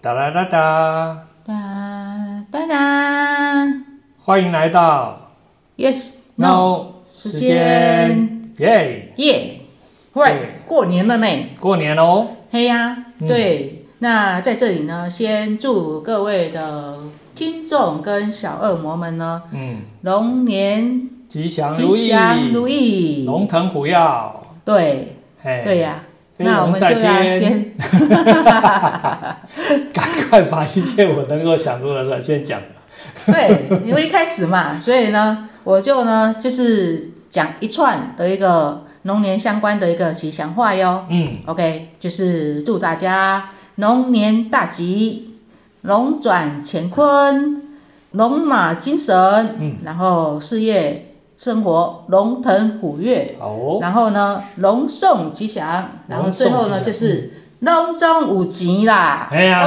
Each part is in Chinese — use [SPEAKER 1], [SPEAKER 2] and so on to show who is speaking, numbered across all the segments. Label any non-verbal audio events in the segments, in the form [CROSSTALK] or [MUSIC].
[SPEAKER 1] 哒啦哒哒，
[SPEAKER 2] 哒哒哒
[SPEAKER 1] 欢迎来到
[SPEAKER 2] ，Yes
[SPEAKER 1] No 时
[SPEAKER 2] 时
[SPEAKER 1] 间
[SPEAKER 2] 间，
[SPEAKER 1] 耶！
[SPEAKER 2] 耶、right，过年了呢，
[SPEAKER 1] 过年哦，
[SPEAKER 2] 嘿呀、
[SPEAKER 1] 嗯
[SPEAKER 2] 对，那在这里呢，先祝各位的听众跟小恶魔们呢，
[SPEAKER 1] 嗯，
[SPEAKER 2] 龙年
[SPEAKER 1] 吉祥如
[SPEAKER 2] 吉
[SPEAKER 1] 意，
[SPEAKER 2] 祥如意，
[SPEAKER 1] 龙腾虎跃，
[SPEAKER 2] 对，
[SPEAKER 1] 嘿，
[SPEAKER 2] 对呀、
[SPEAKER 1] 飞
[SPEAKER 2] 那我
[SPEAKER 1] 龙
[SPEAKER 2] 们
[SPEAKER 1] 在
[SPEAKER 2] 就要
[SPEAKER 1] 天，
[SPEAKER 2] 先，
[SPEAKER 1] 赶快把一切我能够想出的事 [LAUGHS] 先讲。
[SPEAKER 2] 对，因为一开始
[SPEAKER 1] [LAUGHS]
[SPEAKER 2] 嘛，所以呢，我就呢就是讲一串的一个龙年相关的一个吉祥话哟。
[SPEAKER 1] 嗯，
[SPEAKER 2] OK，就是祝大家龙年大吉，龙转乾坤，龙马精神，
[SPEAKER 1] 嗯
[SPEAKER 2] 然后事业生活龙腾虎跃，
[SPEAKER 1] 好哦，
[SPEAKER 2] 然后呢龙送吉祥，然后
[SPEAKER 1] 龙送
[SPEAKER 2] 最后呢
[SPEAKER 1] 吉祥
[SPEAKER 2] 就是龙中五吉啦。
[SPEAKER 1] 哎呀哎
[SPEAKER 2] 啊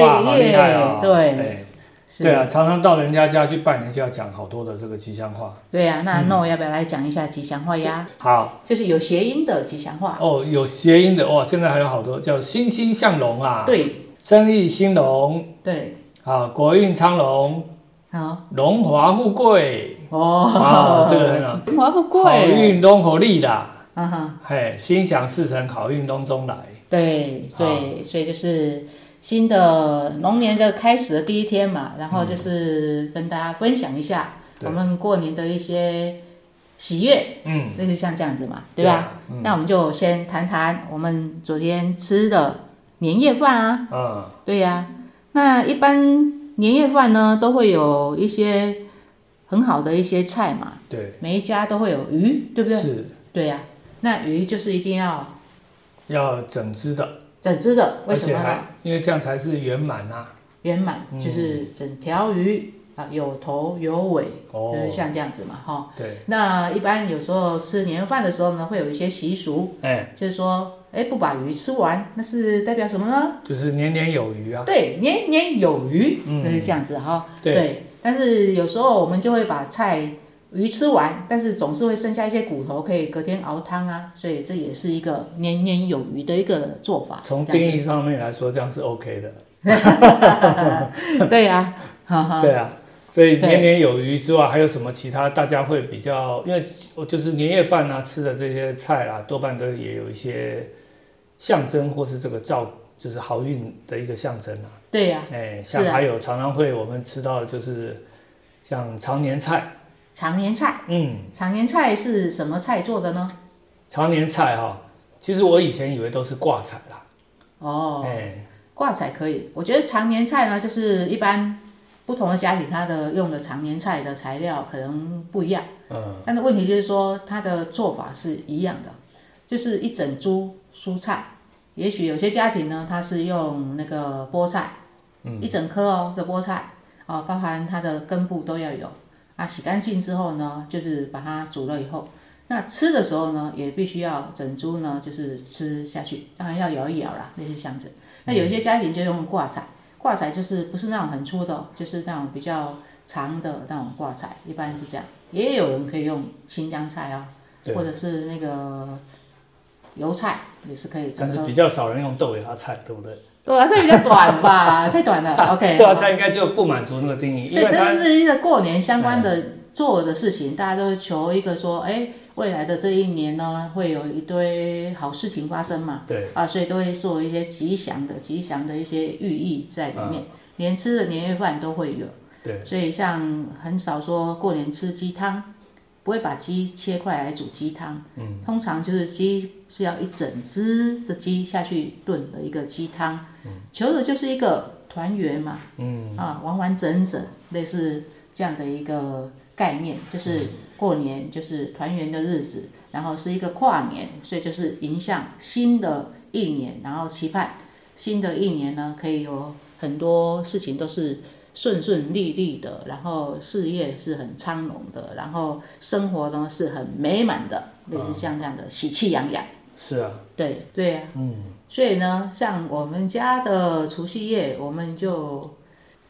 [SPEAKER 1] 呀，哇，好厉害哦！
[SPEAKER 2] 耶对，
[SPEAKER 1] 哎
[SPEAKER 2] 是
[SPEAKER 1] 对啊，，常常到人家家去拜年，就要讲好多的这个吉祥话。
[SPEAKER 2] 对呀、那
[SPEAKER 1] 嗯
[SPEAKER 2] No 要不要来讲一下吉祥话呀？
[SPEAKER 1] 好
[SPEAKER 2] 就是有谐音的吉祥话。
[SPEAKER 1] 哦，有谐音的哇，现在还有好多叫欣欣向荣啊，
[SPEAKER 2] 对
[SPEAKER 1] 生意兴隆
[SPEAKER 2] 对，
[SPEAKER 1] 啊，国运昌隆，
[SPEAKER 2] 好
[SPEAKER 1] 荣华富贵，
[SPEAKER 2] 哦
[SPEAKER 1] 哇，这个很好
[SPEAKER 2] 荣华富贵，
[SPEAKER 1] 好运拢好利啦，
[SPEAKER 2] 啊哈，
[SPEAKER 1] 嘿，心想事成，好运拢中来。
[SPEAKER 2] 对对，所以就是新的龙年的开始的第一天嘛，然后就是跟大家分享一下
[SPEAKER 1] 嗯对
[SPEAKER 2] 我们过年的一些喜悦，
[SPEAKER 1] 嗯，
[SPEAKER 2] 类似像这样子嘛，对
[SPEAKER 1] 对
[SPEAKER 2] 吧？
[SPEAKER 1] 啊嗯
[SPEAKER 2] 那我们就先谈谈我们昨天吃的年夜饭啊，
[SPEAKER 1] 嗯，
[SPEAKER 2] 对呀、那一般年夜饭呢都会有一些很好的一些菜嘛，
[SPEAKER 1] 对，
[SPEAKER 2] 每一家都会有鱼，对不对？
[SPEAKER 1] 是
[SPEAKER 2] 对呀、那鱼就是一定要
[SPEAKER 1] 要整只的，
[SPEAKER 2] 整只的，为
[SPEAKER 1] 而
[SPEAKER 2] 什
[SPEAKER 1] 且
[SPEAKER 2] 么呢？
[SPEAKER 1] 还因为这样才是圆满啊。
[SPEAKER 2] 圆满，
[SPEAKER 1] 嗯
[SPEAKER 2] 就是整条鱼啊有头有尾，
[SPEAKER 1] 哦
[SPEAKER 2] 就是像这样子嘛，哈。
[SPEAKER 1] 对，
[SPEAKER 2] 那一般有时候吃年夜饭的时候呢，会有一些习俗，
[SPEAKER 1] 哎，
[SPEAKER 2] 就是说，哎，不把鱼吃完，那是代表什么呢？
[SPEAKER 1] 就是年年有余啊。
[SPEAKER 2] 对，年年有余，
[SPEAKER 1] 嗯
[SPEAKER 2] 就是这样子哈。
[SPEAKER 1] 对
[SPEAKER 2] 但是有时候我们就会把菜鱼吃完，但是总是会剩下一些骨头，可以隔天熬汤啊，所以这也是一个年年有余的一个做法。
[SPEAKER 1] 从
[SPEAKER 2] 这
[SPEAKER 1] 定
[SPEAKER 2] 样
[SPEAKER 1] 义上面来说，这样是 OK 的。
[SPEAKER 2] 子对呀、哈哈。
[SPEAKER 1] 对啊，所以
[SPEAKER 2] 对
[SPEAKER 1] 年年有余之外，还有什么其他大家会比较？因为就是年夜饭啊，吃的这些菜啊，多半都也有一些象征，或是这个兆，就是好运的一个象征啊。
[SPEAKER 2] 对呀、
[SPEAKER 1] 哎，
[SPEAKER 2] 是
[SPEAKER 1] 像
[SPEAKER 2] 啊
[SPEAKER 1] 还有常常会我们吃到的就是像常年菜，
[SPEAKER 2] 常年菜，
[SPEAKER 1] 嗯，
[SPEAKER 2] 常年菜是什么菜做的呢？
[SPEAKER 1] 常年菜哈、其实我以前以为都是挂菜啦，
[SPEAKER 2] 哦，
[SPEAKER 1] 哎，
[SPEAKER 2] 挂彩可以。我觉得常年菜呢，就是一般不同的家庭，它的用的常年菜的材料可能不一样，
[SPEAKER 1] 嗯，
[SPEAKER 2] 但是问题就是说它的做法是一样的，就是一整株蔬菜。也许有些家庭呢，它是用那个菠菜，一整颗哦的菠菜哦，包含它的根部都要有啊。洗干净之后呢，就是把它煮了以后，那吃的时候呢，也必须要整株呢，就是吃下去，当然要摇一摇啦，类似这样子。那有一些家庭就用挂彩，挂彩就是不是那种很粗的哦，就是那种比较长的那种挂彩，一般是这样。也有人可以用新疆菜哦，
[SPEAKER 1] 对，
[SPEAKER 2] 或者是那个油菜也是可以整
[SPEAKER 1] 但是
[SPEAKER 2] 个。
[SPEAKER 1] 比较少人用豆芽菜，对不对？
[SPEAKER 2] 对啊，这比较短吧，
[SPEAKER 1] [LAUGHS]
[SPEAKER 2] 太短了。OK，
[SPEAKER 1] 豆芽
[SPEAKER 2] 好
[SPEAKER 1] 菜应该就不满足那个啊定义，
[SPEAKER 2] 所
[SPEAKER 1] 因
[SPEAKER 2] 以
[SPEAKER 1] 为它
[SPEAKER 2] 这就是一个过年相关的做的事情，大家都求一个说，哎，未来的这一年呢，会有一堆好事情发生嘛，
[SPEAKER 1] 对。
[SPEAKER 2] 啊，所以都会做一些吉祥的、吉祥的一些寓意在里面，
[SPEAKER 1] 啊
[SPEAKER 2] 连吃的年夜饭都会有。
[SPEAKER 1] 对，
[SPEAKER 2] 所以像很少说过年吃鸡汤，不会把鸡切块来煮鸡汤，嗯，通常就是鸡是要一整只的鸡下去炖的一个鸡汤，求的就是一个团圆嘛，
[SPEAKER 1] 嗯，
[SPEAKER 2] 啊，完完整整，类似这样的一个概念，就是过年就是团圆的日子，然后是一个跨年，所以就是迎向新的一年，然后期盼新的一年呢，可以有很多事情都是顺顺利利的，然后事业是很昌隆的，然后生活呢是很美满的，类似像这样的喜气洋洋。
[SPEAKER 1] 是啊，
[SPEAKER 2] 对对呀、
[SPEAKER 1] 嗯，
[SPEAKER 2] 所以呢，像我们家的除夕夜，我们就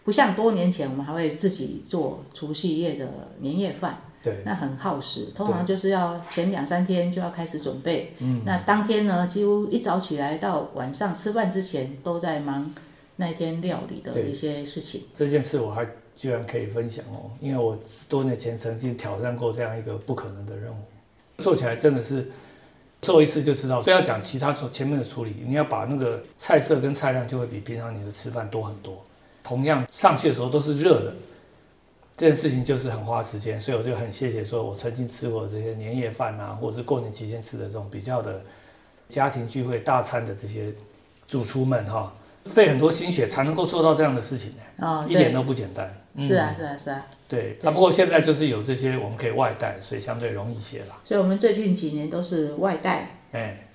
[SPEAKER 2] 不像多年前，我们还会自己做除夕夜的年夜饭，
[SPEAKER 1] 对，
[SPEAKER 2] 那很耗时，通常就是要前两三天就要开始准备。
[SPEAKER 1] 嗯，
[SPEAKER 2] 那当天呢，几乎一早起来到晚上吃饭之前都在忙那一天料理的
[SPEAKER 1] 对
[SPEAKER 2] 一些事情。
[SPEAKER 1] 这件事我还居然可以分享哦，因为我多年前曾经挑战过这样一个不可能的任务，做起来真的是做一次就知道。不要讲其他前面的处理，你要把那个菜色跟菜量就会比平常你的吃饭多很多。同样上去的时候都是热的，这件事情就是很花时间，所以我就很谢谢说我曾经吃过的这些年夜饭啊，或者是过年期间吃的这种比较的家庭聚会大餐的这些主厨们哈、费很多心血才能够做到这样的事情。
[SPEAKER 2] 啊、
[SPEAKER 1] 一点
[SPEAKER 2] 对，
[SPEAKER 1] 都不简单。
[SPEAKER 2] 是啊，是啊，是啊。
[SPEAKER 1] 对，啊，不过现在就是有这些，我们可以外带，所以相对容易一些啦。
[SPEAKER 2] 所以我们最近几年都是外带
[SPEAKER 1] 哎，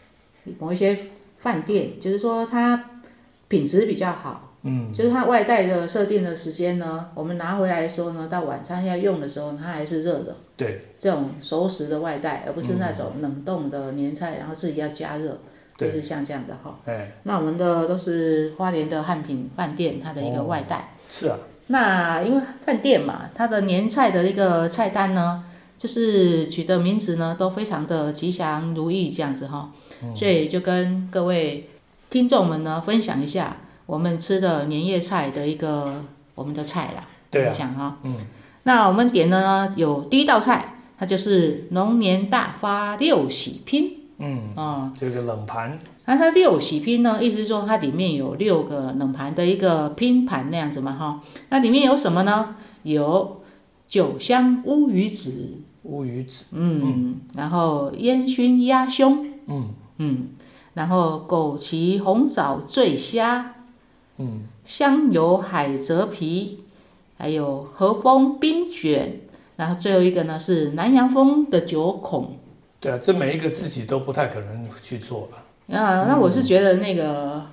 [SPEAKER 2] 某一些饭店，就是说它品质比较好，
[SPEAKER 1] 嗯，
[SPEAKER 2] 就是它外带的设定的时间呢，我们拿回来的时候呢，到晚餐要用的时候呢，它还是热的。
[SPEAKER 1] 嗯对，
[SPEAKER 2] 这种熟食的外带，而不是那种冷冻的年菜，然后自己要加热，
[SPEAKER 1] 对
[SPEAKER 2] 类似像这样的哈。
[SPEAKER 1] 哎，
[SPEAKER 2] 那我们的都是花莲的汉品饭店它的一个外带。
[SPEAKER 1] 是啊，
[SPEAKER 2] 那因为饭店嘛，它的年菜的一个菜单呢，就是取的名字呢都非常的吉祥如意这样子哈、
[SPEAKER 1] 嗯
[SPEAKER 2] 所以就跟各位听众们呢分享一下我们吃的年夜菜的一个我们的菜啦，
[SPEAKER 1] 对啊
[SPEAKER 2] 分享哈、
[SPEAKER 1] 嗯，
[SPEAKER 2] 那我们点的呢有第一道菜，它就是龙年大发六喜拼，
[SPEAKER 1] 嗯，
[SPEAKER 2] 嗯，
[SPEAKER 1] 这个冷盘，
[SPEAKER 2] 那它六喜拼呢，意思是说它里面有六个冷盘的一个拼盘那样子嘛哈。那里面有什么呢？有酒香乌鱼子，
[SPEAKER 1] 乌鱼子，
[SPEAKER 2] 嗯，然后烟熏鸭胸，
[SPEAKER 1] 嗯
[SPEAKER 2] 嗯，然后枸杞红枣醉虾，
[SPEAKER 1] 嗯，
[SPEAKER 2] 香油海蜇皮，还有和风冰卷，然后最后一个呢是南洋风的九孔。
[SPEAKER 1] 对啊，这每一个自己都不太可能去做吧。
[SPEAKER 2] 啊，那我
[SPEAKER 1] 嗯
[SPEAKER 2] 是觉得那个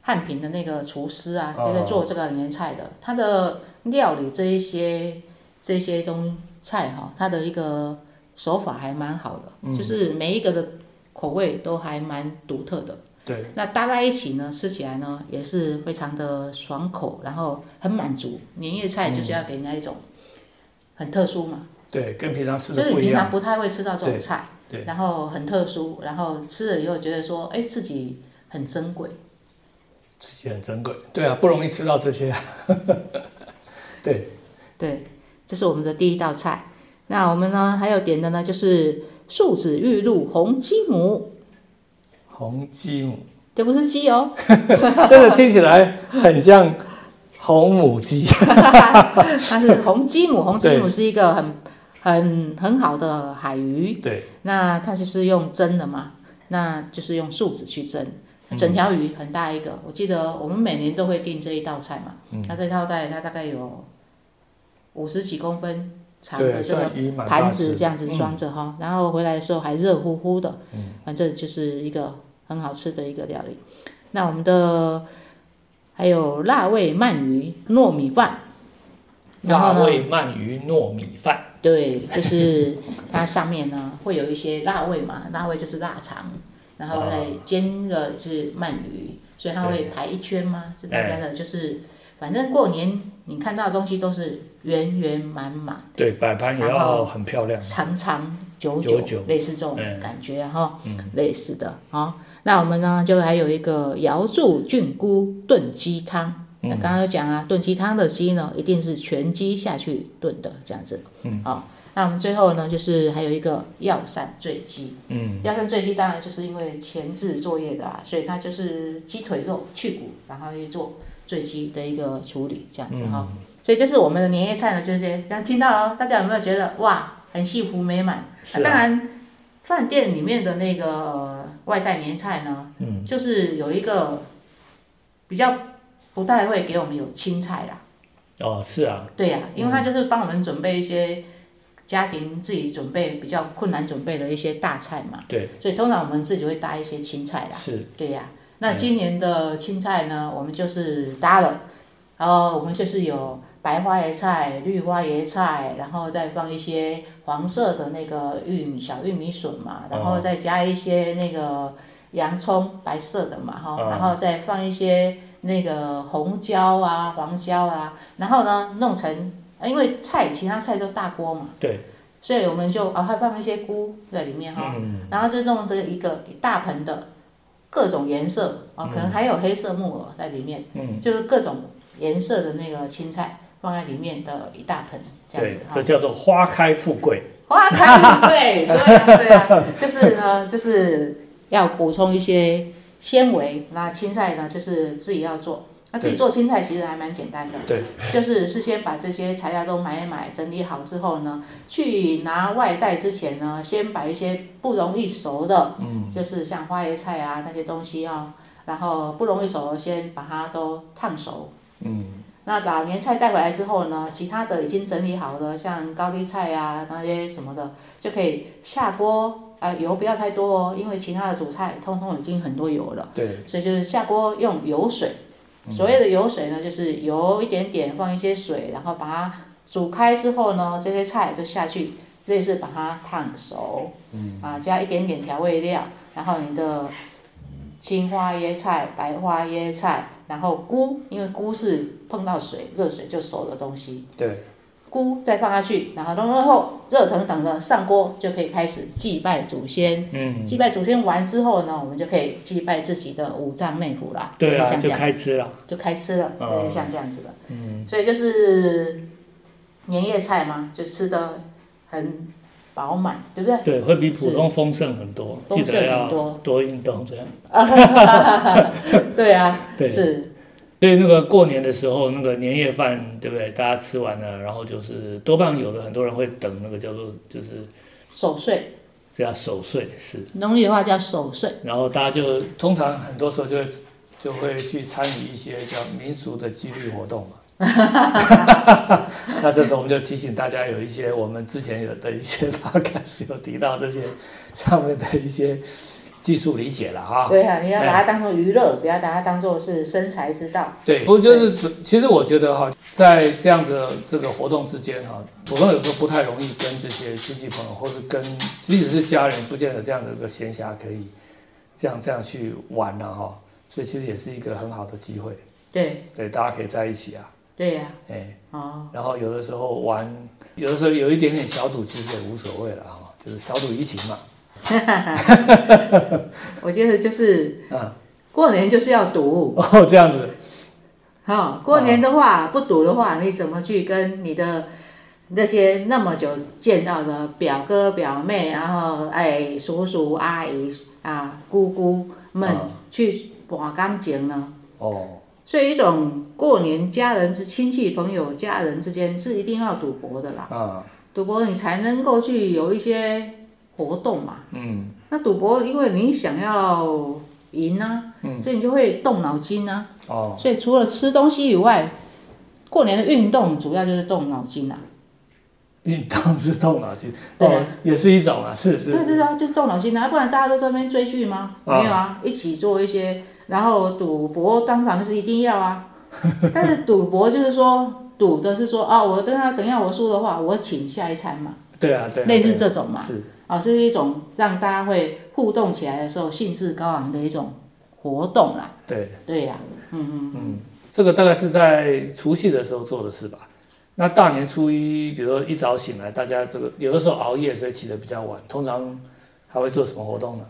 [SPEAKER 2] 汉平的那个厨师啊，
[SPEAKER 1] 哦
[SPEAKER 2] 就是做这个年菜的，他的料理这一些这些东菜哈、他的一个手法还蛮好的，
[SPEAKER 1] 嗯
[SPEAKER 2] 就是每一个的口味都还蛮独特的。
[SPEAKER 1] 对，
[SPEAKER 2] 那搭在一起呢，吃起来呢也是非常的爽口，然后很满足。年夜菜
[SPEAKER 1] 嗯
[SPEAKER 2] 就是要给人家一种很特殊嘛，
[SPEAKER 1] 对，跟平常吃
[SPEAKER 2] 嗯就是
[SPEAKER 1] 的
[SPEAKER 2] 你
[SPEAKER 1] 不一
[SPEAKER 2] 平
[SPEAKER 1] 样。
[SPEAKER 2] 常不太会吃到这种菜。
[SPEAKER 1] 对，
[SPEAKER 2] 然后很特殊，然后吃了以后觉得说，哎，自己很珍贵。
[SPEAKER 1] 自己很珍贵。对啊，不容易吃到这些。 [LAUGHS] 对，
[SPEAKER 2] 对，这是我们的第一道菜。那我们呢，还有点的呢，就是素子玉露红鸡母，
[SPEAKER 1] 红鸡母， [LAUGHS]
[SPEAKER 2] 这不是鸡 [LAUGHS] 哦，
[SPEAKER 1] 这个听起来很像红母鸡。
[SPEAKER 2] 它是红鸡母。红鸡母
[SPEAKER 1] 对
[SPEAKER 2] 是一个很很很好的海鱼，
[SPEAKER 1] 对，
[SPEAKER 2] 那它就是用蒸的嘛，那就是用素子去蒸。整条鱼很大一个，我记得我们每年都会订这一道菜嘛。那这道菜它大概有五十几公分长的
[SPEAKER 1] 对，
[SPEAKER 2] 这个
[SPEAKER 1] 算鱼蛮大
[SPEAKER 2] 盘子
[SPEAKER 1] 只。嗯
[SPEAKER 2] 这样子装着哈，然后回来的时候还热乎乎的，反正就是一个很好吃的一个料理。那我们的还有辣味鳗鱼糯米饭，然
[SPEAKER 1] 辣
[SPEAKER 2] 后呢，
[SPEAKER 1] 味鳗鱼糯米饭。
[SPEAKER 2] 对，就是它上面呢会有一些辣味嘛，辣味就是腊肠，然
[SPEAKER 1] 啊
[SPEAKER 2] 后再煎个就是鳗鱼，所以它会排一圈嘛，就
[SPEAKER 1] 哎
[SPEAKER 2] 大家的就是反正过年你看到的东西都是圆圆满满。
[SPEAKER 1] 对，摆盘也
[SPEAKER 2] 然后
[SPEAKER 1] 要很漂亮。
[SPEAKER 2] 长长久
[SPEAKER 1] 久久
[SPEAKER 2] 类似这种
[SPEAKER 1] 嗯
[SPEAKER 2] 感觉哈、类似的啊、那我们呢，就还有一个瑶柱菌菇炖鸡汤。
[SPEAKER 1] 嗯
[SPEAKER 2] 那刚刚有讲啊，炖鸡汤的鸡呢，一定是全鸡下去炖的这样子。嗯，好、那我们最后呢，就是还有一个药膳醉鸡。
[SPEAKER 1] 嗯，
[SPEAKER 2] 药膳醉鸡当然就是因为前置作业的啊，所以它就是鸡腿肉去骨，然后去做醉鸡的一个处理这样子哈、
[SPEAKER 1] 嗯
[SPEAKER 2] 所以这是我们的年夜菜呢，就是这些。那听到哦，大家有没有觉得哇，很幸福美满？
[SPEAKER 1] 是
[SPEAKER 2] 当
[SPEAKER 1] 啊，
[SPEAKER 2] 然，饭店里面的那个、呃外带年菜呢，
[SPEAKER 1] 嗯，
[SPEAKER 2] 就是有一个比较不太会给我们有青菜啦，
[SPEAKER 1] 哦，是啊，
[SPEAKER 2] 对呀、因为他就是帮我们准备一些家庭自己准备比较困难准备的一些大菜嘛，
[SPEAKER 1] 对，
[SPEAKER 2] 所以通常我们自己会搭一些青菜啦。
[SPEAKER 1] 是，
[SPEAKER 2] 对呀、那今年的青菜呢，我们就是搭了，然后我们就是有白花椰菜、绿花椰菜，然后再放一些黄色的那个玉米小玉米笋嘛，然后再加一些那个洋葱白色的嘛哈，
[SPEAKER 1] 嗯
[SPEAKER 2] 然后再放一些那个红椒啊、黄椒啊，然后呢弄成，因为菜其他菜都大锅嘛，
[SPEAKER 1] 对，
[SPEAKER 2] 所以我们就啊还放一些菇在里面哈，
[SPEAKER 1] 嗯，
[SPEAKER 2] 然后就弄这一个一大盆的各种颜色啊，可能还有黑色木耳在里面，就是各种颜色的那个青菜放在里面的一大盆这样子
[SPEAKER 3] 对，
[SPEAKER 2] 哈
[SPEAKER 3] 这。叫做花开富贵。
[SPEAKER 2] 花开富贵，对啊对啊， [LAUGHS] 就是呢，就是要补充一些纤维。那青菜呢，就是自己要做。那自己做青菜其实还蛮简单的，
[SPEAKER 3] 对，
[SPEAKER 2] 就是事先把这些材料都买一买，整理好之后呢，去拿外带之前呢，先把一些不容易熟的，嗯，就是像花椰菜啊那些东西啊，然后不容易熟的先把它都烫熟，那把年菜带回来之后呢，其他的已经整理好的，像高丽菜啊那些什么的，就可以下锅。啊、油不要太多哦，因为其他的主菜通通已经很多油了，
[SPEAKER 3] 对，
[SPEAKER 2] 所以就是下锅用油水。所谓的油水呢，就是油一点点，放一些水，然后把它煮开之后呢，这些菜就下去，类似把它烫熟。嗯。啊，加一点点调味料，然后你的青花椰菜、白花椰菜，然后菇，因为菇是碰到水、热水就熟的东西，
[SPEAKER 3] 对，
[SPEAKER 2] 菇再放下去，然后弄弄后热腾腾的上锅，就可以开始祭拜祖先。
[SPEAKER 3] 嗯，
[SPEAKER 2] 祭拜祖先完之后呢，我们就可以祭拜自己的五脏内腑啦。
[SPEAKER 3] 对啊，
[SPEAKER 2] 像这
[SPEAKER 3] 就
[SPEAKER 2] 样
[SPEAKER 3] 开吃了。
[SPEAKER 2] 就开吃了，
[SPEAKER 3] 哦
[SPEAKER 2] 对，像这样子的。嗯，所以就是年夜菜嘛，就吃的很饱满，
[SPEAKER 3] [LAUGHS]
[SPEAKER 2] 对不对？
[SPEAKER 3] 对，会比普通丰盛很多，
[SPEAKER 2] 是
[SPEAKER 3] 记
[SPEAKER 2] 丰
[SPEAKER 3] 得
[SPEAKER 2] 盛很
[SPEAKER 3] 要
[SPEAKER 2] 多
[SPEAKER 3] 多运动这样。
[SPEAKER 2] 对啊，
[SPEAKER 3] 对，
[SPEAKER 2] 是，
[SPEAKER 3] 所以那个过年的时候，那个年夜饭，对不对？大家吃完了，然后就是多半有的很多人会等那个叫做就是
[SPEAKER 2] 守岁，
[SPEAKER 3] 这样守岁是，
[SPEAKER 2] 农历的话叫守岁。
[SPEAKER 3] 然后大家就
[SPEAKER 1] 通常很多时候就会就会去参与一些叫民俗的激励活动嘛。那这时候我们就提醒大家，有一些我们之前有的一些 [LAUGHS] podcast 有提到这些上面的一些技术理解了哈。
[SPEAKER 2] 对啊，你要把
[SPEAKER 3] 哎
[SPEAKER 2] 它当做娱乐，不要把它当做是生财之道。
[SPEAKER 1] 对，不过就是其实我觉得哈，在这样子的这个活动之间哈，我们有时候不太容易跟这些亲戚朋友，或是跟即使是家人，不见得这样的一个闲暇可以这样这样去玩了、哈。所以其实也是一个很好的机会，
[SPEAKER 2] 对
[SPEAKER 1] 对，大家可以在一起啊，
[SPEAKER 2] 对呀、
[SPEAKER 1] 哎，
[SPEAKER 2] 哦，
[SPEAKER 1] 然后有的时候玩，有的时候有一点点小赌其实也无所谓了哈，就是小赌怡情嘛，
[SPEAKER 2] [LAUGHS] 我觉得就是
[SPEAKER 1] 啊、
[SPEAKER 2] 过年就是要赌。
[SPEAKER 1] 哦这样子，
[SPEAKER 2] 好、过年的话、不赌的话，你怎么去跟你的那些那么久见到的表哥表妹，然后哎叔叔阿姨啊姑姑们、
[SPEAKER 3] 嗯
[SPEAKER 2] 去玩感情呢？
[SPEAKER 1] 哦，
[SPEAKER 2] 所以一种过年家人之亲戚朋友家人之间是一定要赌博的啦。
[SPEAKER 1] 啊、
[SPEAKER 2] 赌博你才能够去有一些活动嘛。
[SPEAKER 1] 嗯，
[SPEAKER 2] 那赌博，因为你想要赢啊，所以你就会动脑筋啊。
[SPEAKER 1] 嗯哦，
[SPEAKER 2] 所以除了吃东西以外，过年的运动主要就是动脑筋啊。
[SPEAKER 1] 运动是动脑筋，
[SPEAKER 2] 对
[SPEAKER 1] 哦，也是一种啊，是是
[SPEAKER 2] 对对对啊，就是动脑筋啊，不然大家都在那边追剧吗？
[SPEAKER 1] 啊
[SPEAKER 2] 没有啊，一起做一些，然后赌博当场是一定要啊。
[SPEAKER 1] [LAUGHS]
[SPEAKER 2] 但是赌博就是说，赌的是说啊，我等下等一下我输的话，我请下一餐嘛，
[SPEAKER 1] 对啊，对啊，
[SPEAKER 2] 类似
[SPEAKER 1] 对啊
[SPEAKER 2] 这种嘛。
[SPEAKER 1] 是。
[SPEAKER 2] 啊，这是一种让大家会互动起来的时候兴致高昂的一种活动啦。
[SPEAKER 1] 对，
[SPEAKER 2] 对呀、嗯嗯，
[SPEAKER 1] 这个大概是在除夕的时候做的事吧。那大年初一，比如说一早醒来，大家这个有的时候熬夜，所以起得比较晚。通常还会做什么活动呢？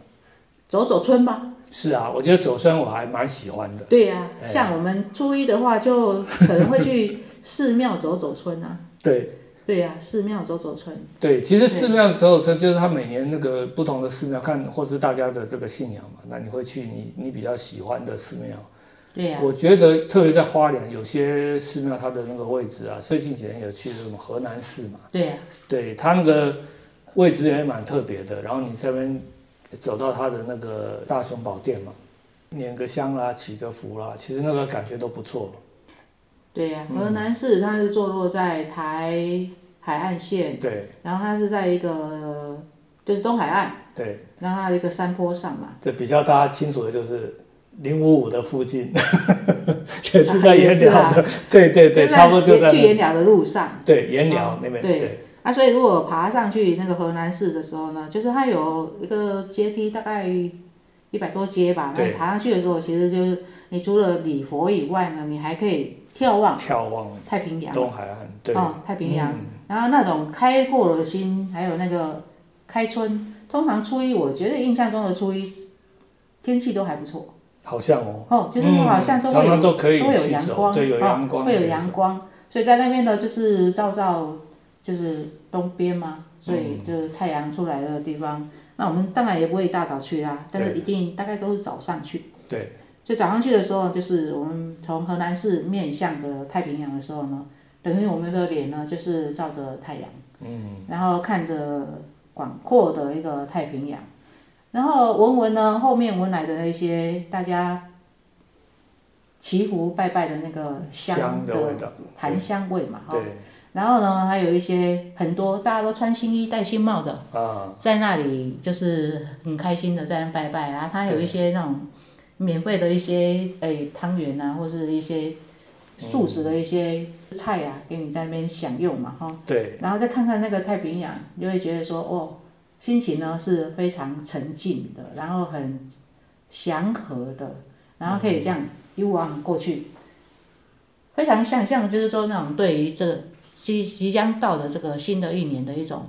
[SPEAKER 2] 走走村吧。
[SPEAKER 1] 是啊，我觉得走村我还蛮喜欢的。
[SPEAKER 2] 对呀、
[SPEAKER 1] 哎
[SPEAKER 2] 像我们初一的话，就可能会去寺庙走走
[SPEAKER 1] [LAUGHS]
[SPEAKER 2] 村啊。
[SPEAKER 1] 对
[SPEAKER 2] 对呀、寺庙走走村。
[SPEAKER 1] 对，其实寺庙走走村就是他每年那个不同的寺庙看，或是大家的这个信仰嘛。那你会去你你比较喜欢的寺庙。
[SPEAKER 2] 对啊呀、
[SPEAKER 1] 我觉得特别在花莲，有些寺庙它的那个位置啊，最近几年有去什么河南寺嘛。
[SPEAKER 2] 对呀、
[SPEAKER 1] 对，它那个位置也蛮特别的。然后你这边走到它的那个大雄宝殿嘛，捻个香啦，祈个福啦，其实那个感觉都不错。
[SPEAKER 2] 对呀、
[SPEAKER 1] 嗯
[SPEAKER 2] 河南市它是坐落在台海岸线，
[SPEAKER 1] 对
[SPEAKER 2] 然后它是在一个就是东海岸，
[SPEAKER 1] 对，
[SPEAKER 2] 然后它一个山坡上嘛。
[SPEAKER 1] 这比较大家清楚的就是零五五的附近，也是在
[SPEAKER 2] 啊也
[SPEAKER 1] 盐
[SPEAKER 2] 是
[SPEAKER 1] 寮的。对对对，
[SPEAKER 2] 就
[SPEAKER 1] 差不多就在
[SPEAKER 2] 去
[SPEAKER 1] 那
[SPEAKER 2] 岩寮的路上。
[SPEAKER 1] 对盐寮
[SPEAKER 2] 啊
[SPEAKER 1] 那边。
[SPEAKER 2] 对
[SPEAKER 1] 对
[SPEAKER 2] 啊，所以如果爬上去那个河南市的时候呢，就是它有一个阶梯，大概一百多阶吧。那
[SPEAKER 1] 对
[SPEAKER 2] 你爬上去的时候，其实就是你除了礼佛以外呢，你还可以眺望
[SPEAKER 1] 眺望
[SPEAKER 2] 太平洋，
[SPEAKER 1] 东海岸，嗯对，
[SPEAKER 2] 哦，太平洋。
[SPEAKER 1] 嗯
[SPEAKER 2] 然后那种开阔的心，还有那个开春，通常初一，我觉得印象中的初一，天气都还不错
[SPEAKER 1] 好像哦，嗯
[SPEAKER 2] 哦，就是好像都
[SPEAKER 1] 常
[SPEAKER 2] 会有、
[SPEAKER 1] 常都可以
[SPEAKER 2] 都会有
[SPEAKER 1] 洗
[SPEAKER 2] 阳
[SPEAKER 1] 手
[SPEAKER 2] 光，
[SPEAKER 1] 对，有阳光，
[SPEAKER 2] 哦，会有阳光，所以在那边的就是照照就是东边嘛，所
[SPEAKER 1] 嗯
[SPEAKER 2] 以就是太阳出来的地方，那我们当然也不会一大早去啦，但是一定大概都是早上去。
[SPEAKER 1] 对，
[SPEAKER 2] 所以早上去的时候，就是我们从河南市面向着太平洋的时候呢，等于我们的脸呢就是照着太阳，嗯，然后看着广阔的一个太平洋，然后闻闻呢后面闻来的那些大家祈福拜拜的那个香
[SPEAKER 1] 的味道，
[SPEAKER 2] 檀香味嘛，哈。哦
[SPEAKER 1] 对
[SPEAKER 2] 然后呢，还有一些很多大家都穿新衣戴新帽的，
[SPEAKER 1] 啊，
[SPEAKER 2] 在那里就是很开心的在那拜拜啊。它有一些那种免费的一些诶、汤圆啊，或是一些素食
[SPEAKER 1] 嗯
[SPEAKER 2] 的一些菜啊，给你在那边享用嘛哈。
[SPEAKER 1] 对，
[SPEAKER 2] 然后再看看那个太平洋，你就会觉得说哦，心情呢是非常沉静的，然后很祥和的，然后可以这样一望过去，非常想象，就是说那种对于这个即即将到的这个新的一年的一种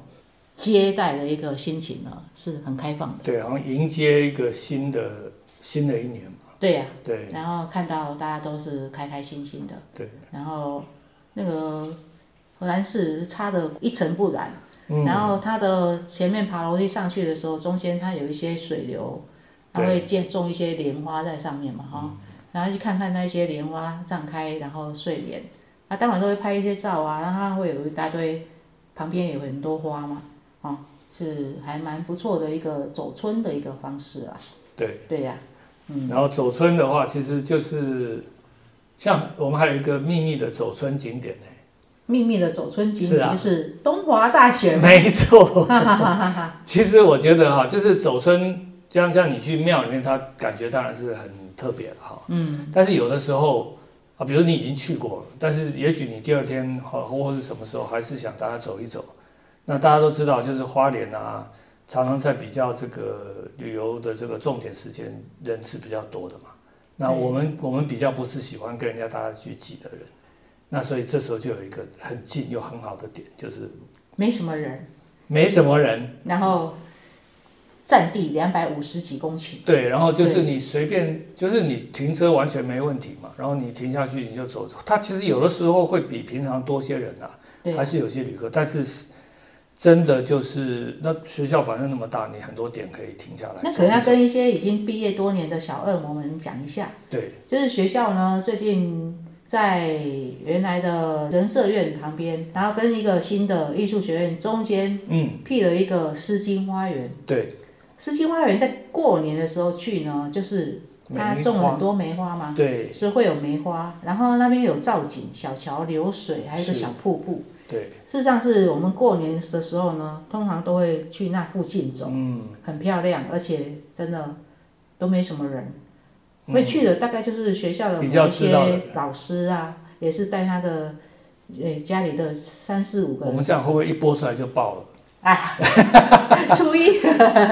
[SPEAKER 2] 接待的一个心情呢，是很开放的。
[SPEAKER 1] 对，好像迎接一个新的新的一年嘛，
[SPEAKER 2] 对呀、
[SPEAKER 1] 对
[SPEAKER 2] 然后看到大家都是开开心心的，
[SPEAKER 1] 对，
[SPEAKER 2] 然后那个荷兰市擦的一尘不染。
[SPEAKER 1] 嗯，
[SPEAKER 2] 然后它的前面爬楼梯上去的时候，中间它有一些水流，它
[SPEAKER 1] 对嗯
[SPEAKER 2] 会见种一些莲花在上面嘛，哈、然后去看看那些莲花绽开，然后睡莲，啊，当然都会拍一些照啊，然后它会有一大堆，旁边有很多花嘛，啊、是还蛮不错的一个走村的一个方式啊，
[SPEAKER 1] 对，
[SPEAKER 2] 对呀、嗯
[SPEAKER 1] 然后走村的话，其实就是像我们还有一个秘密的走村景点呢，
[SPEAKER 2] 秘密的走村景
[SPEAKER 1] 是
[SPEAKER 2] 点
[SPEAKER 1] 啊
[SPEAKER 2] 就是东华大学嘛，
[SPEAKER 1] 没错， [LAUGHS]
[SPEAKER 2] 哈哈哈哈哈，
[SPEAKER 1] 其实我觉得哈，就是走村，就像像你去庙里面，它感觉当然是很特别的哈，
[SPEAKER 2] 嗯，
[SPEAKER 1] 但是有的时候啊，比如你已经去过了，但是也许你第二天或或是什么时候还是想大家走一走。那大家都知道，就是花莲啊，常常在比较这个旅游的这个重点时间人是比较多的嘛。那我们我们比较不是喜欢跟人家大家去挤的人，那所以这时候就有一个很近又很好的点，就是
[SPEAKER 2] 没什么人，
[SPEAKER 1] 没什么人，
[SPEAKER 2] 然后占地两百五十几公顷。
[SPEAKER 1] 对，然后就是你随便，就是你停车完全没问题嘛，然后你停下去你就走。它其实有的时候会比平常多些人啊，
[SPEAKER 2] 对
[SPEAKER 1] 还是有些旅客，但是是真的就是那学校反正那么大，你很多点可以停下来。
[SPEAKER 2] 那可能要
[SPEAKER 1] 走一走
[SPEAKER 2] 跟一些已经毕业多年的小恶魔们讲一下，
[SPEAKER 1] 对
[SPEAKER 2] 就是学校呢最近在原来的人社院旁边，然后跟一个新的艺术学院中间
[SPEAKER 1] 嗯
[SPEAKER 2] 辟了一个诗经花园。
[SPEAKER 1] 对，
[SPEAKER 2] 诗经花园在过年的时候去呢，就是它
[SPEAKER 1] 梅
[SPEAKER 2] 种了
[SPEAKER 1] 花
[SPEAKER 2] 很多梅花嘛，
[SPEAKER 1] 对
[SPEAKER 2] 所以会有梅花，然后那边有造景、小桥流水，还有一个
[SPEAKER 1] 是
[SPEAKER 2] 小瀑布。
[SPEAKER 1] 对，
[SPEAKER 2] 事实上是我们过年的时候呢，通常都会去那附近走。
[SPEAKER 1] 嗯，
[SPEAKER 2] 很漂亮，而且真的都没什么人。
[SPEAKER 1] 嗯
[SPEAKER 2] 会去的大概就是学校的
[SPEAKER 1] 比较
[SPEAKER 2] 某一
[SPEAKER 1] 知道的
[SPEAKER 2] 些老师啊，也是带他的呃家里的三四五个
[SPEAKER 1] 我
[SPEAKER 2] 人
[SPEAKER 1] 们这样会不会一播出来就爆
[SPEAKER 2] [LAUGHS]
[SPEAKER 1] 了？
[SPEAKER 2] 初一，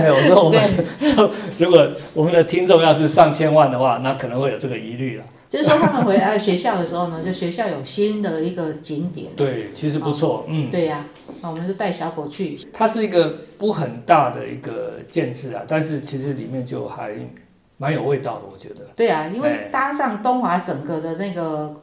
[SPEAKER 1] 没有，我说我们说， [LAUGHS] 如果我们的听众要是上千万的话，那可能会有这个疑虑了。啊
[SPEAKER 2] 就是说他们回来学校的时候呢，就学校有新的一个景点，
[SPEAKER 1] 对，其实不错，嗯。
[SPEAKER 2] 对呀、那我们就带小狗去，
[SPEAKER 1] 它是一个不很大的一个建制啊，但是其实里面就还蛮有味道的，我觉得。
[SPEAKER 2] 对呀、因为
[SPEAKER 1] 哎
[SPEAKER 2] 搭上东华整个的那个。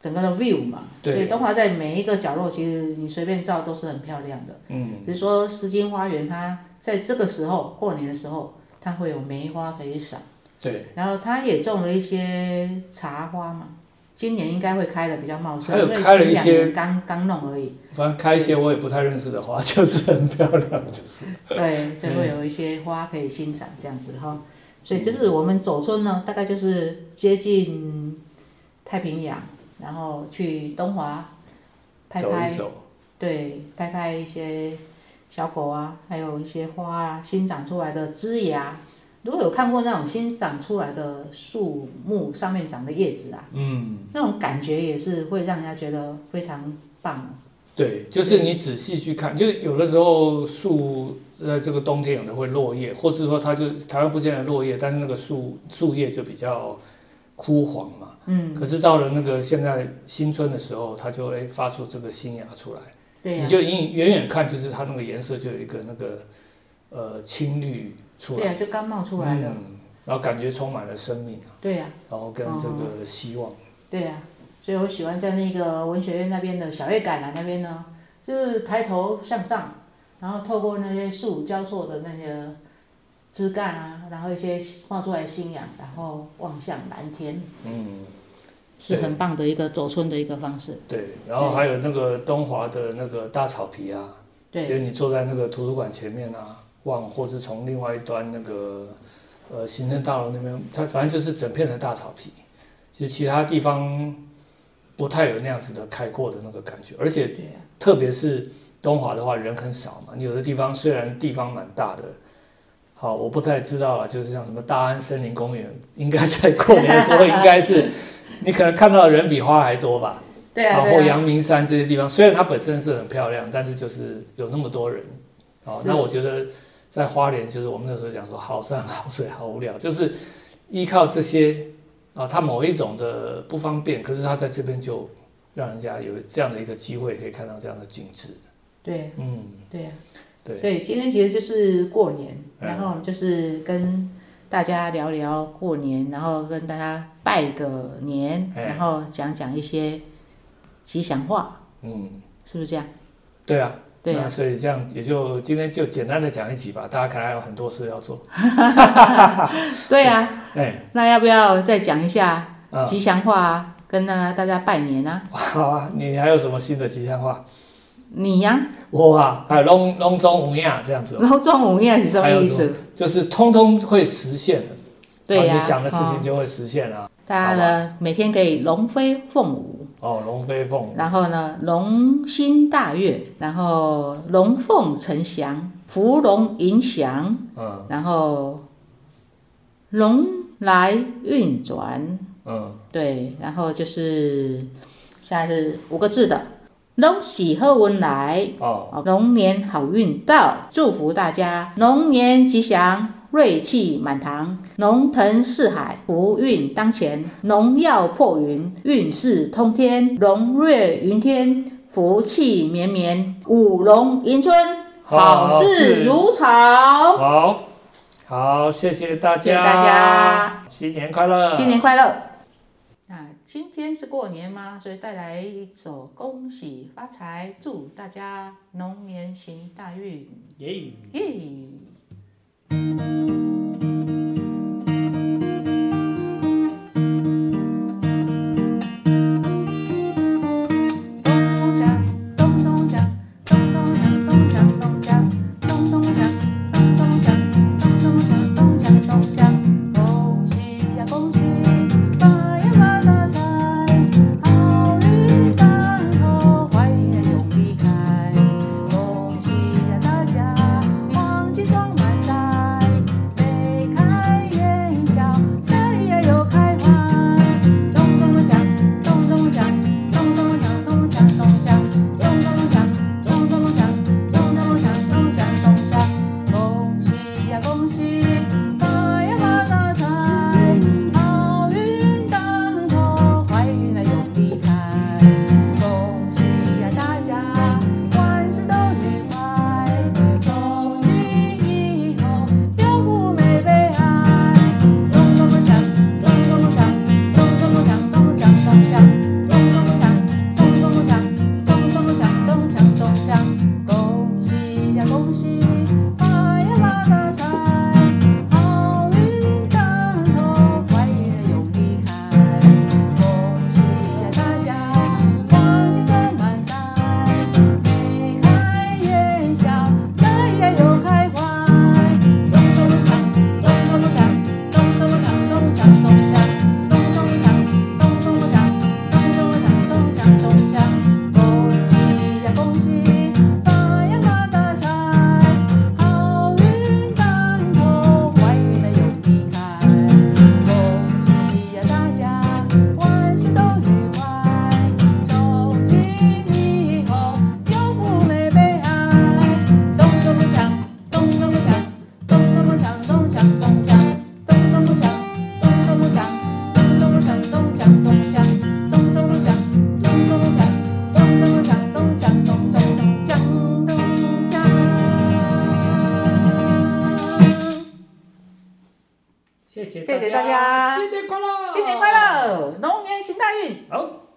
[SPEAKER 2] 整个的 view 嘛，所
[SPEAKER 1] 对
[SPEAKER 2] 以东华在每一个角落，其实你随便照都是很漂亮的。
[SPEAKER 1] 嗯，
[SPEAKER 2] 只是说诗经花园它在这个时候过年的时候，它会有梅花可以赏，
[SPEAKER 1] 对，
[SPEAKER 2] 然后它也种了一些茶花嘛，今年应该会开的比较茂盛，
[SPEAKER 1] 还有
[SPEAKER 2] 因为
[SPEAKER 1] 开了
[SPEAKER 2] 前
[SPEAKER 1] 一
[SPEAKER 2] 两
[SPEAKER 1] 些
[SPEAKER 2] 年刚刚弄而已，
[SPEAKER 1] 反正开一些我也不太认识的花， [LAUGHS] 就是很漂亮，就是。 [LAUGHS]
[SPEAKER 2] 对，所以会有一些花可以欣赏这样子哈。所以就是我们走村呢，大概就是接近太平洋，然后去东华拍
[SPEAKER 1] 走
[SPEAKER 2] 拍
[SPEAKER 1] 一走，
[SPEAKER 2] 对，拍拍一些小狗啊，还有一些花啊，新长出来的枝芽。如果有看过那种新长出来的树木上面长的叶子啊，
[SPEAKER 1] 嗯，
[SPEAKER 2] 那种感觉也是会让人家觉得非常棒。
[SPEAKER 1] 对，就是你仔细去看，就是有的时候树在这个冬天有的会落叶，或是说它就台湾不见得落叶，但是那个树树叶就比较枯黄嘛。
[SPEAKER 2] 嗯，
[SPEAKER 1] 可是到了那个现在新春的时候，它就哎发出这个新芽出来。
[SPEAKER 2] 对呀、
[SPEAKER 1] 你就隐远远看，就是它那个颜色就有一个那个呃青绿出
[SPEAKER 2] 对呀、啊
[SPEAKER 1] 来，
[SPEAKER 2] 就刚冒出来的。
[SPEAKER 1] 嗯然后感觉充满了生命，
[SPEAKER 2] 对啊呀、
[SPEAKER 1] 然后跟这个希望。
[SPEAKER 2] 对呀、所以我喜欢在那个文学院那边的小月橄榄那边呢，就是抬头向上，然后透过那些四五交错的那些枝干啊，然后一些画出来的信仰，然后望向蓝天，
[SPEAKER 1] 嗯，
[SPEAKER 2] 是很棒的一个走村的一个方式。
[SPEAKER 1] 对。然后还有那个东华的那个大草皮啊，因
[SPEAKER 2] 对，
[SPEAKER 1] 为你坐在那个图书馆前面啊，望或是从另外一端那个呃行政大楼那边，它反正就是整片的大草皮，其实其他地方不太有那样子的开阔的那个感觉，而且
[SPEAKER 2] 对啊呀、
[SPEAKER 1] 特别是东华的话，人很少嘛。你有的地方虽然地方蛮大的，好，我不太知道了，就是像什么大安森林公园，应该在过年的时候应该是你可能看到的人比花还多吧。
[SPEAKER 2] 对呀、
[SPEAKER 1] 啊，
[SPEAKER 2] 对
[SPEAKER 1] 或
[SPEAKER 2] 呀、
[SPEAKER 1] 阳明山这些地方，虽然它本身是很漂亮，但是就是有那么多人，哦，
[SPEAKER 2] 是
[SPEAKER 1] 那我觉得在花莲就是我们那时候讲说好山好水好无聊，就是依靠这些啊，它某一种的不方便，可是它在这边就让人家有这样的一个机会可以看到这样的景致，
[SPEAKER 2] 对
[SPEAKER 1] 嗯，
[SPEAKER 2] 对呀、
[SPEAKER 1] 对，
[SPEAKER 2] 所以今天其实就是过年，
[SPEAKER 1] 嗯
[SPEAKER 2] 然后我们就是跟大家聊聊过年，然后跟大家拜个年，
[SPEAKER 1] 哎
[SPEAKER 2] 然后讲讲一些吉祥话，
[SPEAKER 1] 嗯，
[SPEAKER 2] 是不是这样？
[SPEAKER 1] 对啊，
[SPEAKER 2] 对呀、
[SPEAKER 1] 那所以这样也就今天就简单的讲一集吧，大家可能还有很多事要做，
[SPEAKER 2] 对呀、
[SPEAKER 1] 哎，
[SPEAKER 2] 那要不要再讲一下
[SPEAKER 1] 啊、
[SPEAKER 2] 吉祥话啊？跟那大家拜年啊！
[SPEAKER 1] 好啊，你还有什么新的吉祥话？
[SPEAKER 2] 你呀、
[SPEAKER 1] 我啊，还有隆隆中无恙这样子哦，
[SPEAKER 2] 然后中午宴是什么意
[SPEAKER 1] 还有
[SPEAKER 2] 思？
[SPEAKER 1] 就是通通会实现的。
[SPEAKER 2] 对呀、
[SPEAKER 1] 啊你想的事情
[SPEAKER 2] 哦
[SPEAKER 1] 就会实现啊。
[SPEAKER 2] 大家呢每天可以龙飞凤舞，
[SPEAKER 1] 哦，龙飞凤舞，
[SPEAKER 2] 然后呢，龙心大悦，然后龙凤呈祥，福龙迎祥，
[SPEAKER 1] 嗯
[SPEAKER 2] 然后龙来运转，
[SPEAKER 1] 嗯，
[SPEAKER 2] 对，然后就是下是五个字的，龙喜贺运来，
[SPEAKER 1] 哦，
[SPEAKER 2] 哦龙年好运到，祝福大家龙年吉祥。瑞气满堂，龙腾四海，福运当前，农药破云，运势通天，龙瑞云天，福气绵绵，舞龙迎春，好事如潮。
[SPEAKER 1] 好好，谢谢大家，
[SPEAKER 2] 谢谢大家，
[SPEAKER 1] 新年快乐，
[SPEAKER 2] 新年快乐！那今天是过年吗？所以带来一首《恭喜发财》，祝大家龙年行大运，
[SPEAKER 1] 耶。
[SPEAKER 2] 耶、
[SPEAKER 4] 咚咚锵，咚咚锵，咚咚锵，咚锵咚锵，咚咚锵，咚咚锵，咚咚锵，咚锵咚锵。恭喜呀恭喜，发呀发大财，好运当头，坏呀永离开。恭喜呀大家，黄金装满袋，每
[SPEAKER 3] 谢
[SPEAKER 2] 谢谢大
[SPEAKER 3] 大
[SPEAKER 2] 家
[SPEAKER 3] 新年快乐，
[SPEAKER 2] 新年快，乐，龙年行大运。
[SPEAKER 3] 好，